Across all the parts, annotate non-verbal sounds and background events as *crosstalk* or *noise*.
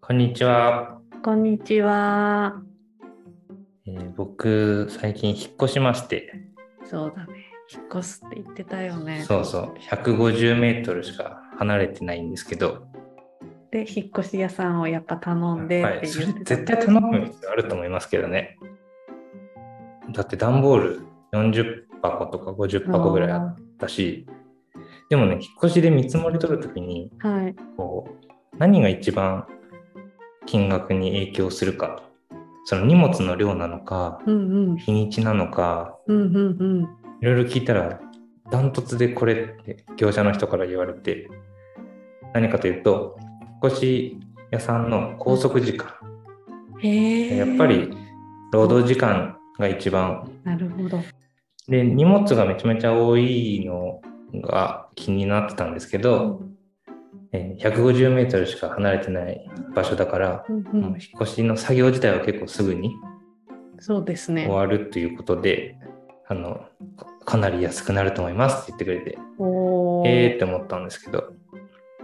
こんにちは、こんにちは。えー僕最近引っ越しまして、そうだね。引っ越すって言ってたよね。そうそう150メートルしか離れてないんですけど、で、引っ越し屋さんをやっぱ頼んではっい、てそれ言ってた。絶対頼む必要あると思いますけどねだって段ボール40箱とか50箱ぐらいあったしでもね引っ越しで見積もり取るときにあーはい。こう何が一番金額に影響するかその荷物の量なのかうんうん。日にちなのかうんうんうん。いろいろ聞いたら、ダントツでこれって業者の人から言われて、何かというと、引っ越し屋さんの拘束時間。へえ。やっぱり。労働時間が一番。なるほど。で、荷物がめちゃめちゃ多いのが気になってたんですけど、えー150メートルしか離れてない場所だから、うんう。もうん引っ越しの作業自体は結構すぐにそうです終ね。わるということで、あの、かなり安くなると思いますって言ってくれて、おお。えーって思ったんですけど、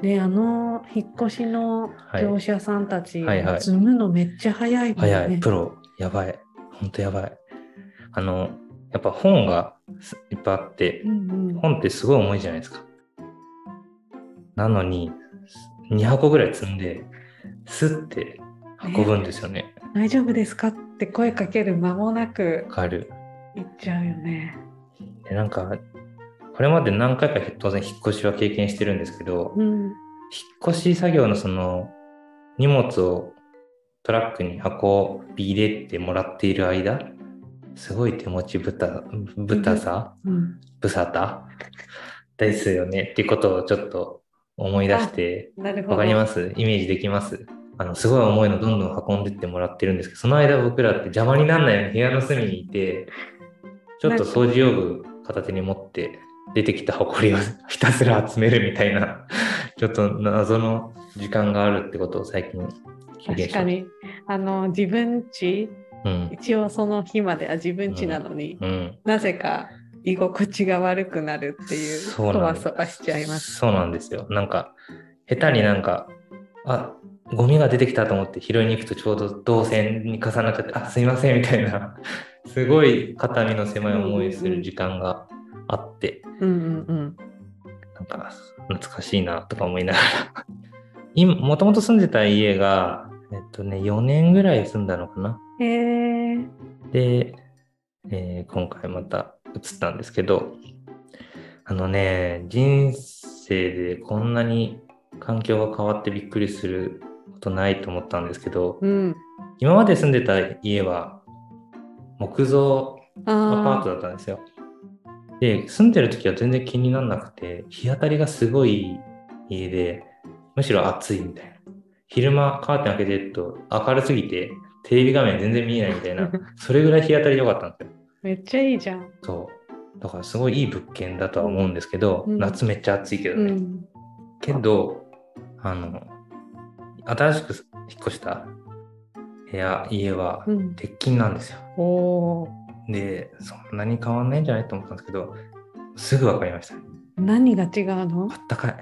で、あの引っ越しのはい業者さんたち、はいはい積むのめっちゃ早いもんね。早い、プロ、やばい、ほんとやばい。あの、やっぱ本がすいっぱいあってう、んうん。本ってすごい重いじゃないですか。なのに、2箱ぐらい積んで、スッて運ぶんですよね。大丈夫ですかって声かける間もなくわかる。行っちゃうよね。で、なんか、これまで何回か当然引っ越しは経験してるんですけど、うん。引っ越し作業のその、荷物をトラックに箱を入れてもらっている間、すごい手持ちぶた、ぶたさ、うん。ブサタですよねっていうことをちょっと思い出して、なるほわど。かりますイメージできますあの、すごい重いのどんどん運んでってもらってるんですけど、その間僕らって邪魔にならないように部屋の隅にいて、ちょっと掃除用具片手に持って、出てきた埃をひたすら集めるみたいな、ちょっと謎の時間があるってことを最近経験確しかましにあの自分家た。うん。一応その日までは自分家なのに、うん。なぜか居心地が悪くなるっていうそそうなんわですそわしちゃいます。そうなんですよ。なんか、下手になんか、あゴミが出てきたと思って拾いに行くとちょうど動線に重なっちゃって、あすいませんみたいな、すごい肩身の狭い思いする時間があって、うんうんうん。なんか、懐かしいなとか思いながら。今、もともと住んでた家が、えっとね、4年ぐらい住んだのかな。へえ。で、えー今回また移ったんですけど、あのね、人生でこんなに環境が変わってびっくりすることないと思ったんですけど、うん。今まで住んでた家は木造アパートだあったんですよ。で、住んでる時は全然気にならなくて、日当たりがすごい家で、むしろ暑いみたいな。昼間カーテン開けてると明るすぎて、テレビ画面全然見えないみたい *laughs* な、それぐらい日当たり良かったんですよ。あ。めっちゃいいじゃん。そう。だからすごいいい物件だとは思うんですけど、うん夏めっちゃ暑いけどうね。ん。けど、あの、新しく引っ越した部屋、家はうん、鉄筋なんですよ。おお。で、そんなに変わんないんじゃないと思ったんですけど、すぐ分かりました。何が違うのあ？ったかい。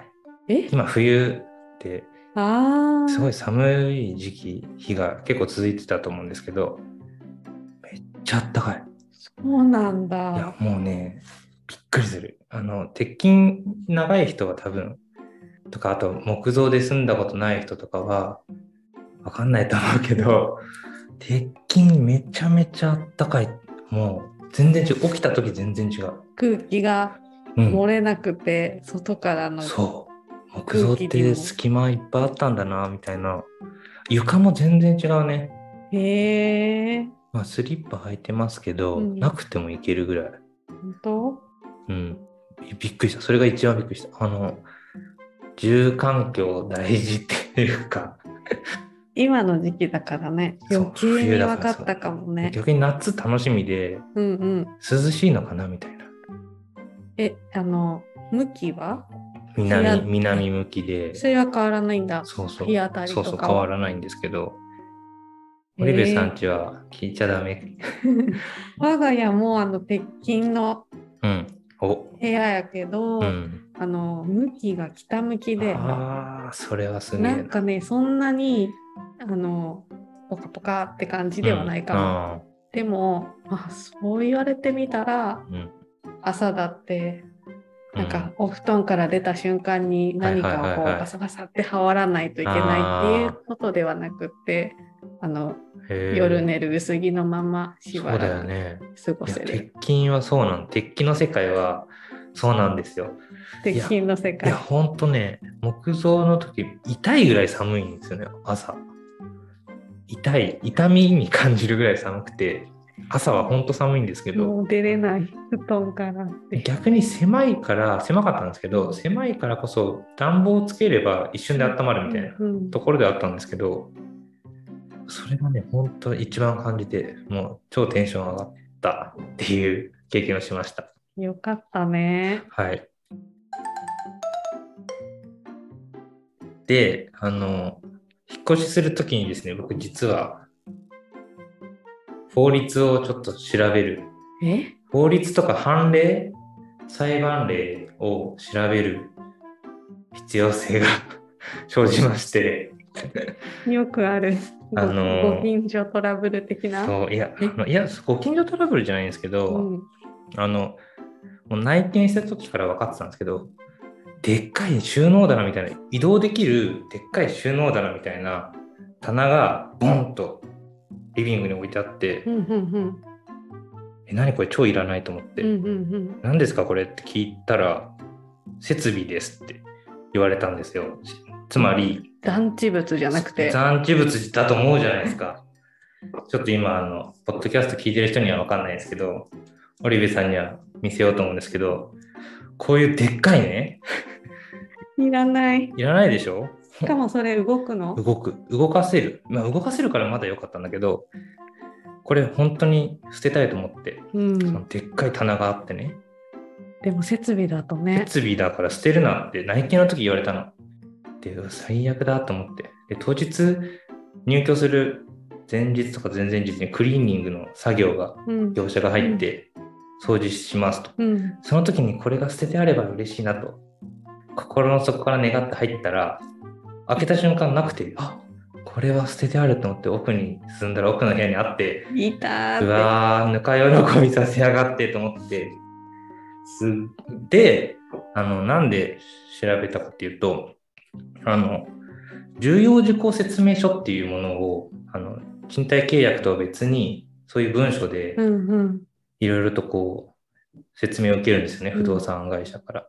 え？今、冬って、ああ。すごい寒い時期、日が結構続いてたと思うんですけど、めっちゃあったかい。そうなんいやだ。、もうね、びっくりする。あの、鉄筋長い人は多分、とか、あと木造で住んだことない人とかは、わかんないと思うけど、鉄筋めちゃめちゃあったかい。もう、全然違う。起きた時全然違う。空気がうん。漏れなくて、外からの。そう。木造っ空気にても隙間いっぱいあったんだな、みたいな。床も全然違うね。へえ。まあ、スリッパ履いてますけど、うんなくてもいけるぐらい。本当？うん。びびっくりした。それが一番びっくりした。あの、住環境大事っていうか、今の時期だからね。そう余計に冬だ分からかそうったかもね。逆に夏楽しみで、うんうん。涼しいのかなみたいな。え、あの、向きは南、日が南向きで、それは変わらないんだ。そうそう、日当たりそとうかそう、は変わらないんですけど、森部さんちは聞いちゃダメ。我が家もあの鉄筋のうん。お、部屋やけど、うん。あの向きが北向きでああ、それはすげえなんな。かねそんなにあのポカポカって感じではないかも、も。でも、まあ、そう言われてみたらうん朝だってうなんかお布団から出た瞬間に何かはいをはこいうはいはいバサバサって羽織らないといけないっていうことではなくってあのへー夜寝る薄着のまましばそうだらよくね。過ごいやせる鉄筋はそうなん鉄筋の世界はそうなんですよ。鉄筋の世い界やほんとね木造の時痛いぐらい寒いんですよね朝。痛い痛みに感じるぐらい寒くて朝はほんと寒いんですけど、もう出れない布団からって逆に狭いから狭かったんですけど狭いからこそ暖房をつければ一瞬で温まるみたいなうんところではあったんですけどそれがね本当一番感じてもう超テンション上がったっていう経験をしましたよかったねはいであの引っ越しする時にですね僕実は法律をちょっと調べるえ法律とか判例裁判例を調べる必要性が *laughs* 生じましてよくあるご,、あのーご近所トラブル的なそういやえあのいやご近所トラブルじゃないんですけど、うん、あのもう内見した時から分かってたんですけどでっかい収納棚みたいな移動できるでっかい収納棚みたいな棚がボンとリビングに置いてあって、うんうんえ何これ超いらないと思って、うんうんうんうん何ですかこれって聞いたら設備ですって言われたんですよつまり団地物じゃなくて残置物だと思うじゃないですかちょっと今あのポッドキャスト聞いてる人には分かんないですけどオリベさんには見せようと思うんですけどこういうでっかいねいらないいらないでしょしかもそれ動くの動く動かせるまあ動かせるからまだ良かったんだけどこれ本当に捨てたいと思ってうんそのでっかい棚があってねでも設備だとね設備だから捨てるなって内見の時言われたの。で、うわ最悪だと思って。で、当日入居する前日とか前々日にクリーニングの作業が、うん業者が入って掃除しますと。うんその時にこれが捨ててあれば嬉しいなと、心の底から願って入ったら、開けた瞬間なくて、あこれは捨ててあると思って奥に進んだら奥の部屋にあって、いたうーってわー、ぬか喜びさせやがってと思って。すで、あの、なんで調べたかっていうと、あの、重要事項説明書っていうものを、あの、賃貸契約とは別に、そういう文書でうんうんいろいろとこう、説明を受けるんですよね、うん不動産会社から。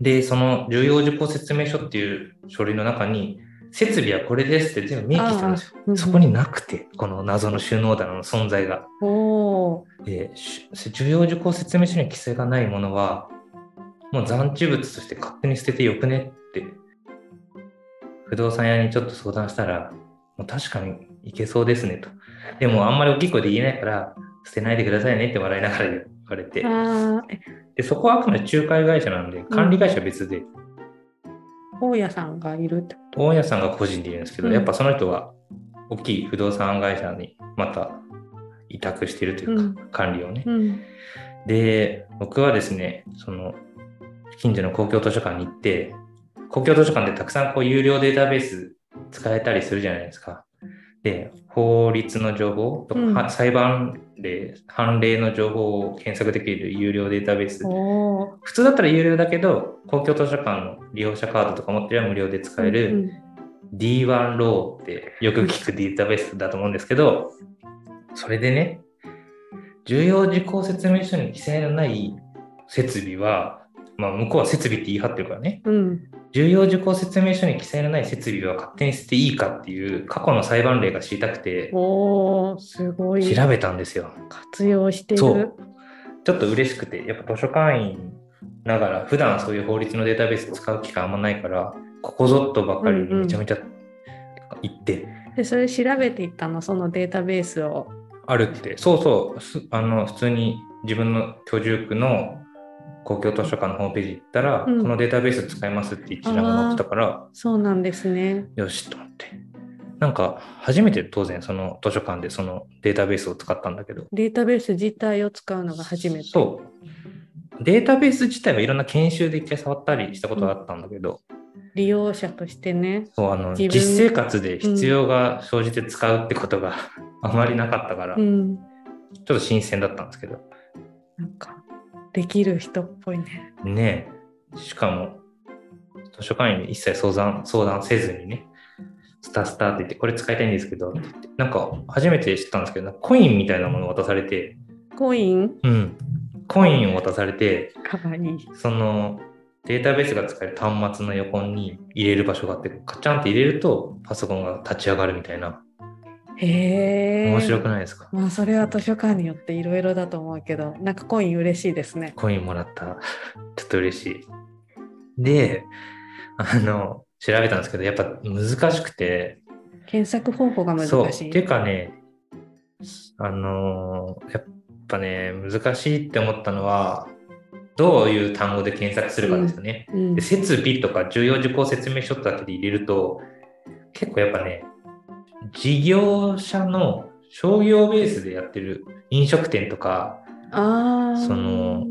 で、その重要事項説明書っていう書類の中に、設備はこれですって全部明記したんですうんうよ。んそこになくて、この謎の収納棚の存在が。おーでし重要事項説明書に記載がないものはもう残置物として勝手に捨ててよくねって不動産屋にちょっと相談したらもう確かにいけそうですねとでもあんまり大きい声で言えないから捨てないでくださいねって笑いながら言われてあーえでそこはあくまで仲介会社なんで管理会社は別で、大家さんがいるって大家さんが個人でいるんですけど、うんやっぱその人は大きい不動産会社にまた委託してるというか、管理をね、うんで、僕はですね、その、近所の公共図書館に行って、公共図書館ってたくさんこう有料データベース使えたりするじゃないですか。で、法律の情報とか、うんは裁判例、判例の情報を検索できる有料データベース。おー普通だったら有料だけど、公共図書館の利用者カードとか持ってれば無料で使える、D1 ローってよく聞くデータベースだと思うんですけど、それでね、重要事項説明書に記載のない設備は、まあ、向こうは設備って言い張ってるからね、うんうん重要事項説明書に記載のない設備は勝手に捨てていいかっていう過去の裁判例が知りたくて、おーすごい調べたんですよ。活用してるそう。ちょっと嬉しくて、やっぱ図書館員ながら、普段そういう法律のデータベース使う機会あんまないから、ここぞとばかりにめちゃめちゃ行って、でそれ調べていったのそのデータベースをあるって、そうそう、すあの普通に自分の居住区の公共図書館のホームページ行ったら、うんこのデータベース使いますって一覧が載ってたから、そうなんですねよしと思って。なんか初めて当然その図書館でそのデータベースを使ったんだけど、データベース自体を使うのが初めてそう。データベース自体はいろんな研修で一回触ったりしたことがあったんだけど、利用者としてね。そうあの自分実生活で必要が生じて使うってことが *laughs* あまりなかったから、うちょん。っと新鮮だったんですけどなんか、できる人っぽいね。ねえしかも図書館員に一切相談相談せずにねスタスタって言ってこれ使いたいんですけどって言ってなんか初めて知ったんですけどなんかコインみたいなものを渡されて、コインうん、コインを渡されてかわいい。そのデータベースが使える端末の横に入れる場所があってカチャンって入れるとパソコンが立ち上がるみたいなへえ。面白くないですか、まあそれは図書館によっていろいろだと思うけど、なんかコイン嬉しいですね。コインもらった。ちょっと嬉しい。で、あの、調べたんですけど、やっぱ難しくて、検索方法が難そう。っしてい。いうかね、あのー、やっぱね、難しいって思ったのは、どういう単語で検索するかですよね。うんで、設備とか重要事項説明書だけで入れると、結構やっぱね、事業者の商業ベースでやってる飲食店とか、ああ。その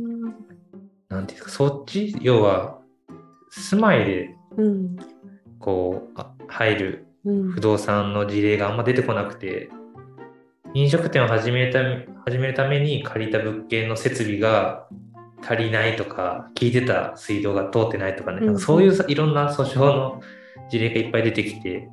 なんていうんですか、そっち、要は、住まいで、うん。こう、あ入るうん不動産の事例があんま出てこなくて、飲食店を始めるため始めるために借りた物件の設備が足りないとか、聞いてた水道が通ってないとかね、うんなんかそういうさいろんな訴訟の事例がいっぱい出てきて、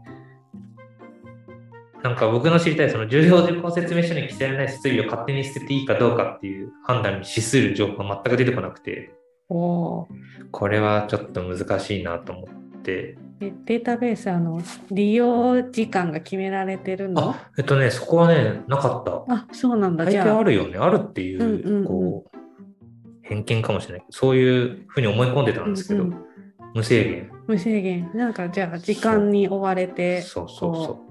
なんか僕の知りたいその重要事項説明書に記載のない設備を勝手に捨てていいかどうかっていう判断に資する情報が全く出てこなくて、おーこれはちょっと難しいなと思って。えデータベース、あの、利用時間が決められてるのあえっとね、そこはね、なかった。あ、そうなんだ。大じ抵ゃああ、るよね。あるっていう、うんうんうんこう、偏見かもしれないけど、そういうふうに思い込んでたんですけど、うんうん無制限。無制限。なんか、じゃあ、時間に追われて、そうそうそ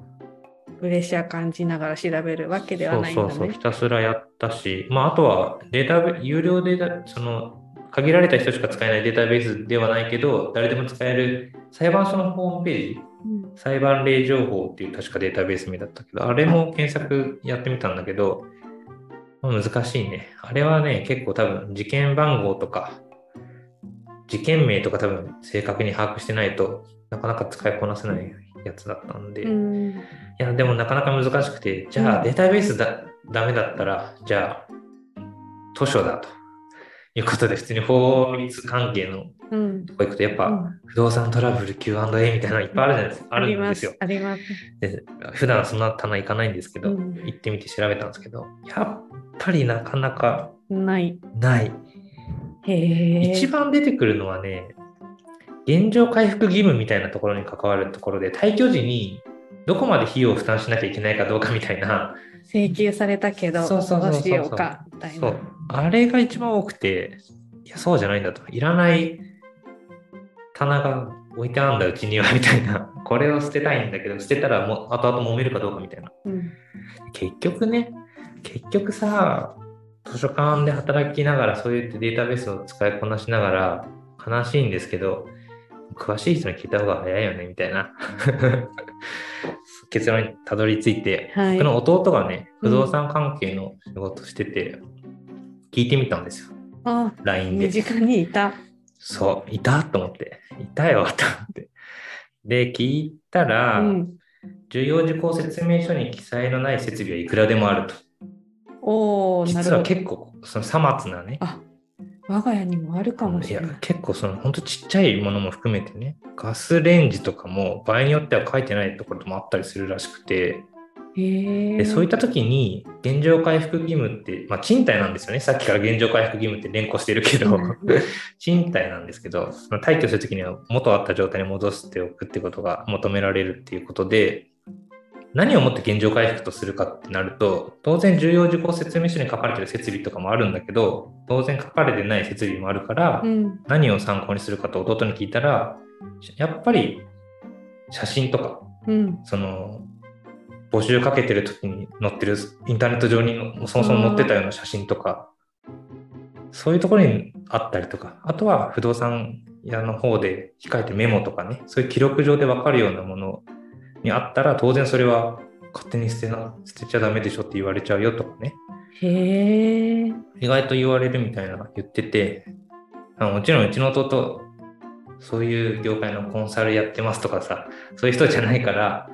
う。プレッシャー感じながら調べるわけではないんだそうね。そうそう。ひたすらやったし、まあ、あとはデータベ、有料データ、その、限られた人しか使えないデータベースではないけど、誰でも使える裁判所のホームページ、うん裁判例情報っていう確かデータベース名だったけど、あれも検索やってみたんだけど、まあ難しいね。あれはね、結構多分事件番号とか、事件名とか多分正確に把握してないとなかなか使いこなせないやつだったんで、ういんや、でもなかなか難しくて、じゃうあんデータベースだ、ダメだったら、じゃあ図書だということで、普通に法律関係のうんこういうこと、やっうぱん不動産トラブル Q&A みたいなのいっぱいあるじゃないですか。あるんですよ。あります。ありまです普段そんな棚行かないんですけど、うん行ってみて調べたんですけどやっぱりなかなかない。ない、へえ。一番出てくるのはね現状回復義務みたいなところに関わるところで退去時にどこまで費用を負担しなきゃいけないかどうかみたいな請求されたけど、そうそうそうそうどうしようかみたいそな。うあれが一番多くていやそうじゃないんだといらない棚が置いてあんだうちにはみたいなこれを捨てたいんだけど捨てたらもう後々揉めるかどうかみたいなうん結局ね結局さ図書館で働きながらそういうデータベースを使いこなしながら悲しいんですけど詳しい人に聞いた方が早いよねみたいな *laughs* 結論にたどり着いて、はい僕の弟がねう不ん動産関係の仕事してて、聞いてみたんですよあ、 LINE で身近にいた。そういたと思っていたよと思ってで聞いたら、うん、重要事項説明書に記載のない設備はいくらでもあるとおお、なる実ほはど。結構そのさ末なねあ、我が家にもあるかもしれいなやい。結構そのほんとちっちゃいものも含めてねガスレンジとかも場合によっては書いてないところもあったりするらしくてへえ。でそういった時に現状回復義務って、まあ、賃貸なんですよねさっきから現状回復義務って連呼してるけどうん *laughs* 賃貸なんですけどその退去する時には元あった状態に戻しておくってことが求められるっていうことで何をもって現状回復とするかってなると当然重要事項説明書に書かれてる設備とかもあるんだけど当然書かれてない設備もあるから、うん、何を参考にするかと弟に聞いたらやっぱり写真とかうん。その募集かけてる時に載ってるインターネット上にそもそも載ってたような写真とかそういうところにあったりとかあとは不動産屋の方で控えてメモとかねそういう記録上で分かるようなものにあったら当然それは勝手に捨てな捨てちゃダメでしょって言われちゃうよとかねへえ。意外と言われるみたいなの言っててあもちろんうちの弟そういう業界のコンサルやってますとかさそういう人じゃないから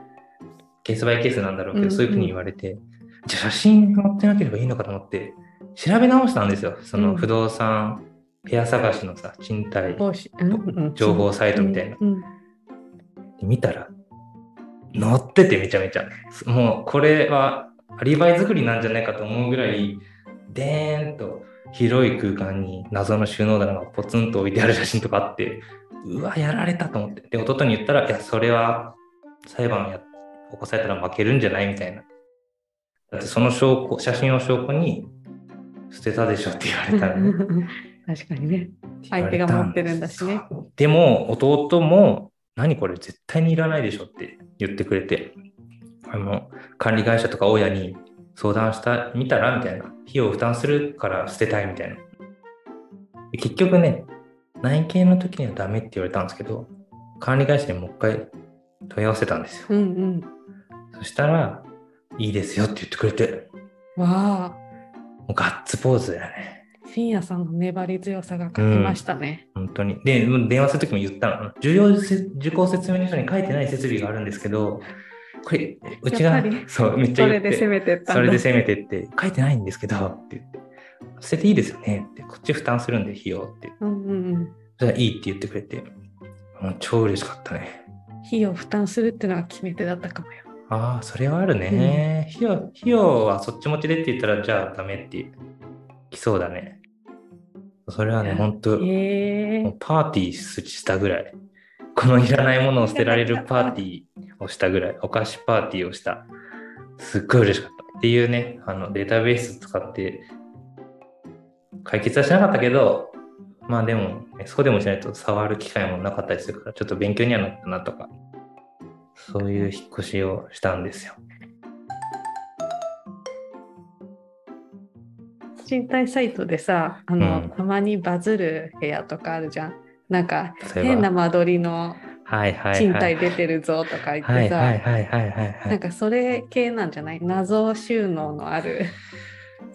ケースバイケースなんだろうけど、うんうんそういうふうに言われてじゃあ写真載ってなければいいのかと思って調べ直したんですよそうのん不動産ペア探しのさ賃貸帽子うんうん情報サイトみたいなうんうん見たら載っててめちゃめちゃもうこれはアリバイ作りなんじゃないかと思うぐらいでーんと広い空間に謎の収納棚がポツンと置いてある写真とかあってうわやられたと思ってで弟に言ったら「いやそれは裁判や起こされたら負けるんじゃない?」みたいなだってその証拠写真を証拠に捨てたでしょって言われたんで *laughs* 確かにね。相手が持ってるんだしね。そうでも弟も「何これ絶対にいらないでしょ」って言ってくれてあの管理会社とか親に相談した見たらみたいな費用を負担するから捨てたいみたいなで結局ね内見の時にはダメって言われたんですけど管理会社にもう一回問い合わせたんですようんうん。そしたら「いいですよ」って言ってくれてわあ、もうガッツポーズだよねフィンヤさんの粘り強さが勝ちましたね。本当に。で、電話するときも言ったの。重要せ受講説明書に書いてない設備があるんですけど、これ、うちやがっぱり、そう、めっちゃそ言れっでて、攻めてったんだ。それで攻めてって、書いてないんですけど、って言って、捨てていいですよねって、こっち負担するんで、費用って。うんうんうん。それはいいって言ってくれて、もう超嬉しかったね。費用負担するってのが決め手だったかもよ。ああ、それはあるね、費用。費用はそっち持ちでって言ったら、じゃあダメって来そうだね。それはね、本当へもえう。パーティーしたぐらい。このいらないものを捨てられるパーティーをしたぐらい。お菓子パーティーをした。すっごい嬉しかった。っていうね、あのデータベース使って解決はしなかったけど、まあでも、ね、そうでもしないと触る機会もなかったりするから、ちょっと勉強にはなったなとか、そういう引っ越しをしたんですよ。賃貸サイトでさ、あの、うんたまにバズる部屋とかあるじゃん。なんか例えば変な間取りのはいはいはい。賃貸出てるぞとか言ってさ、はいはいはいはいはい、はなんい。かそれ系なんじゃない謎収納の *laughs* ある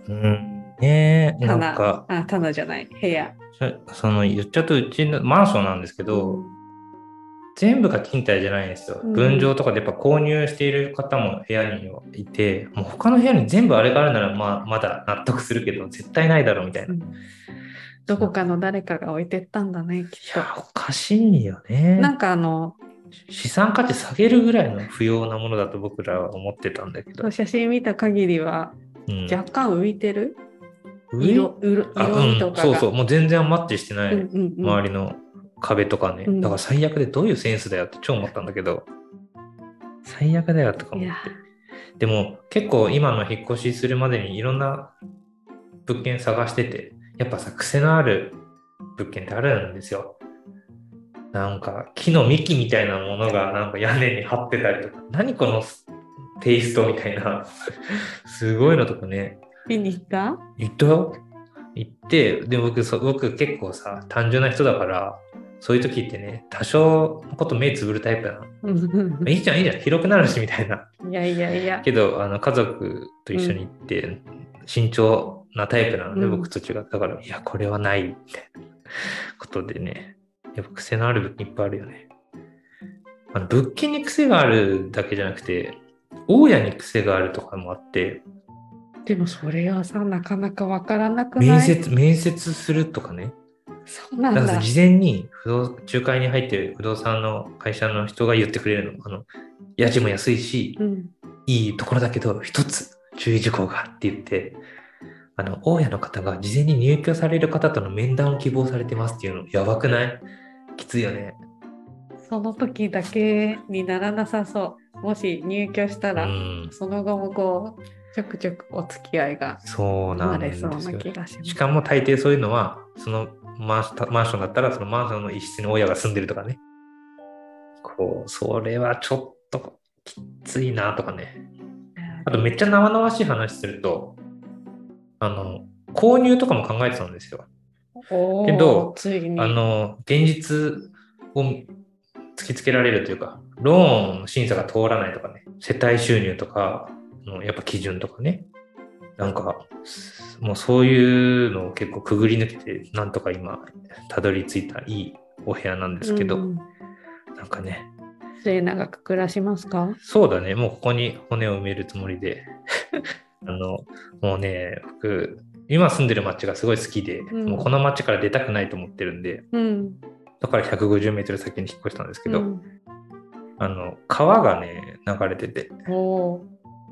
うん。ねえ、な棚んか。あ棚じゃない部屋じゃその言っちゃうとうちのマンションなんですけど、全部が賃貸じゃないんですよ。うん分譲とかでやっぱ購入している方も部屋にはいて、もう他の部屋に全部あれがあるならまあまだ納得するけど、絶対ないだろうみたいな。ういんどこかの誰かが置いてったんだねきっや、おかしいよとなね。んかあの資産価値下げるぐらいの不要なものだと僕らは思ってたんだけど。写真見た限りはうん、若干浮いてる、上色色あ色味とうん、かが、そうそう、もう全然マッチしてない。うんうんうん周りの壁とかね、うんだから最悪でどういうセンスだよって超思ったんだけど最悪だよとか思っいやてでも結構今の引っ越しするまでにいろんな物件探しててやっぱさ癖のある物件ってあるんですよなんか木の幹みたいなものがなんか屋根に張ってたりとか何このテイストみたいな *laughs* すごいのとかね見に行った行ったよ行ってで僕そ僕結構さ単純な人だからそういう時ってね多少のこと目つぶるタイプなのいいじゃんいいじゃん広くなるしみたいないや *laughs* いやいやけどあの家族と一緒に行って、慎重なタイプなので、うん僕と違ったからいやこれはないみたいなことでねやっぱ癖のある物件いっぱいあるよねあの物件に癖があるだけじゃなくて大家に癖があるとかもあってでもそれはさなかなかわからなくな面い接面接するとかねそうなんだかだら事前に不動仲介に入ってる不動産の会社の人が言ってくれるの。あの家賃も安いし、うん、いいところだけど、一つ注意事項がって言って、あの、大家の方が事前に入居される方との面談を希望されてますっていうの、やばくないきついよね。その時だけにならなさそうもし入居したうら、ん。その後もこうちょくちょくお付き合いがそう生なまんでれすそうよ。な気がしますしかも大抵そういうのは、そのマンションマンションだったら、そのマンションの一室に親が住んでるとかね。こう、それはちょっときついなとかね。あとめっちゃ生々しい話すると、あの、購入とかも考えてたんですよ。おーけどついにあの、現実を突きつけられるというか、ローンの審査が通らないとかね、世帯収入とか、あのやっぱ基準とかね、なんか、もうそういうのを結構くぐり抜けて、なんとか今、たどり着いたいいお部屋なんですけど、うんなんかね、末永く暮らしますかそうだね、もうここに骨を埋めるつもり *laughs* で、あの、もうね、僕、今住んでる町がすごい好きで、うんもうこの町から出たくないと思ってるんで、うん。だから150メートル先に引っ越したんですけど、うんあの、川がね、流れてて、お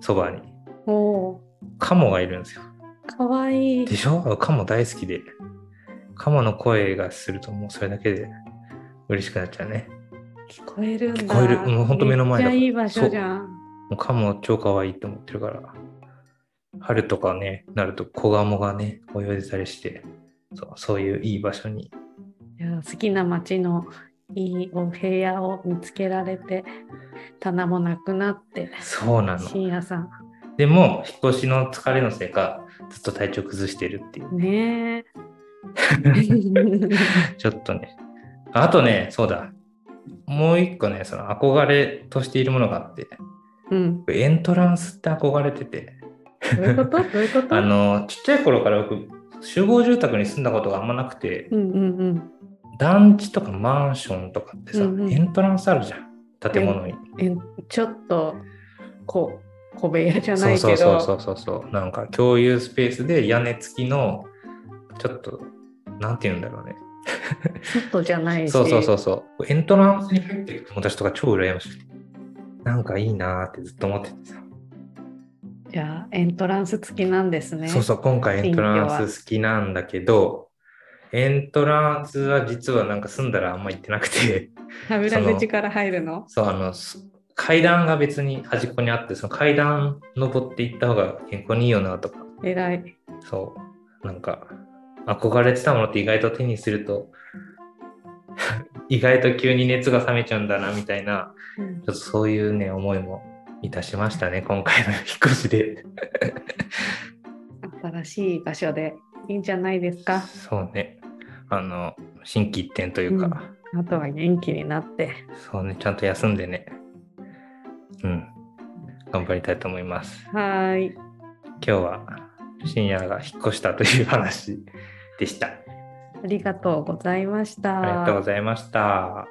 そばに。ーおカモがいるんですよ。ーかわいいで。しょカモ大好きで。カモの声がするともうそれだけで嬉しくなっちゃうね。聞こえるんだ。聞こえるうんほんと目の前だめっちゃいい場所じゃもん。うカモ超可愛いって思ってるから。春とかね、なると子ガモがね、泳いでたりして、そうそういういい場所に。いや好きな町のいいお部屋を見つけられて棚もなくなってそうなの。深夜さんでも、引っ越しの疲れのせいか、ずっと体調崩してるっていう。 *laughs* ねえちょっとね。ああとね、そうだ。もう一個ね、その憧れとしているものがあって、 *laughs* うんエントランスって憧れてて。どういうことどういうことあのちっちゃい頃から僕集合住宅に住んだことがあんまなくて、うんうんうん団地とかマンションとかってさ、うんうんエントランスあるじゃん建物に、えちょっとこ小部屋じゃなそういそけうそうそどうそうそうなんか共有スペースで屋根付きのちょっとなんて言うんだろうね外じゃないしそうそうそうそうエントランスに入ってる友達とか超羨ましいなんかいいなーってずっと思っててさ、じゃあエントランス付きなんですねそうそう今回エントランス好きなんだけどエントランスは実はなんか住んだらあんま行ってなくて *laughs* 扉口から入るのそう、あの、す階段が別に端っこにあって、その階段登っていった方が健康にいいよなとか、偉いそう、なんか、憧れてたものって意外と手にすると、 *laughs* 意外と急に熱が冷めちゃうんだな、みたいな、うんちょっとそういうね、思いもいたしましたね、今回の引っ越しで。新しい場所でいいんじゃないですかそうね、あの、心機一転というか、あとは元気になってそうね、ちゃんと休んでね、うん、頑張りたいと思います。はーい今日は深夜が引っ越したという話でした。ありがとうございました。ありがとうございました。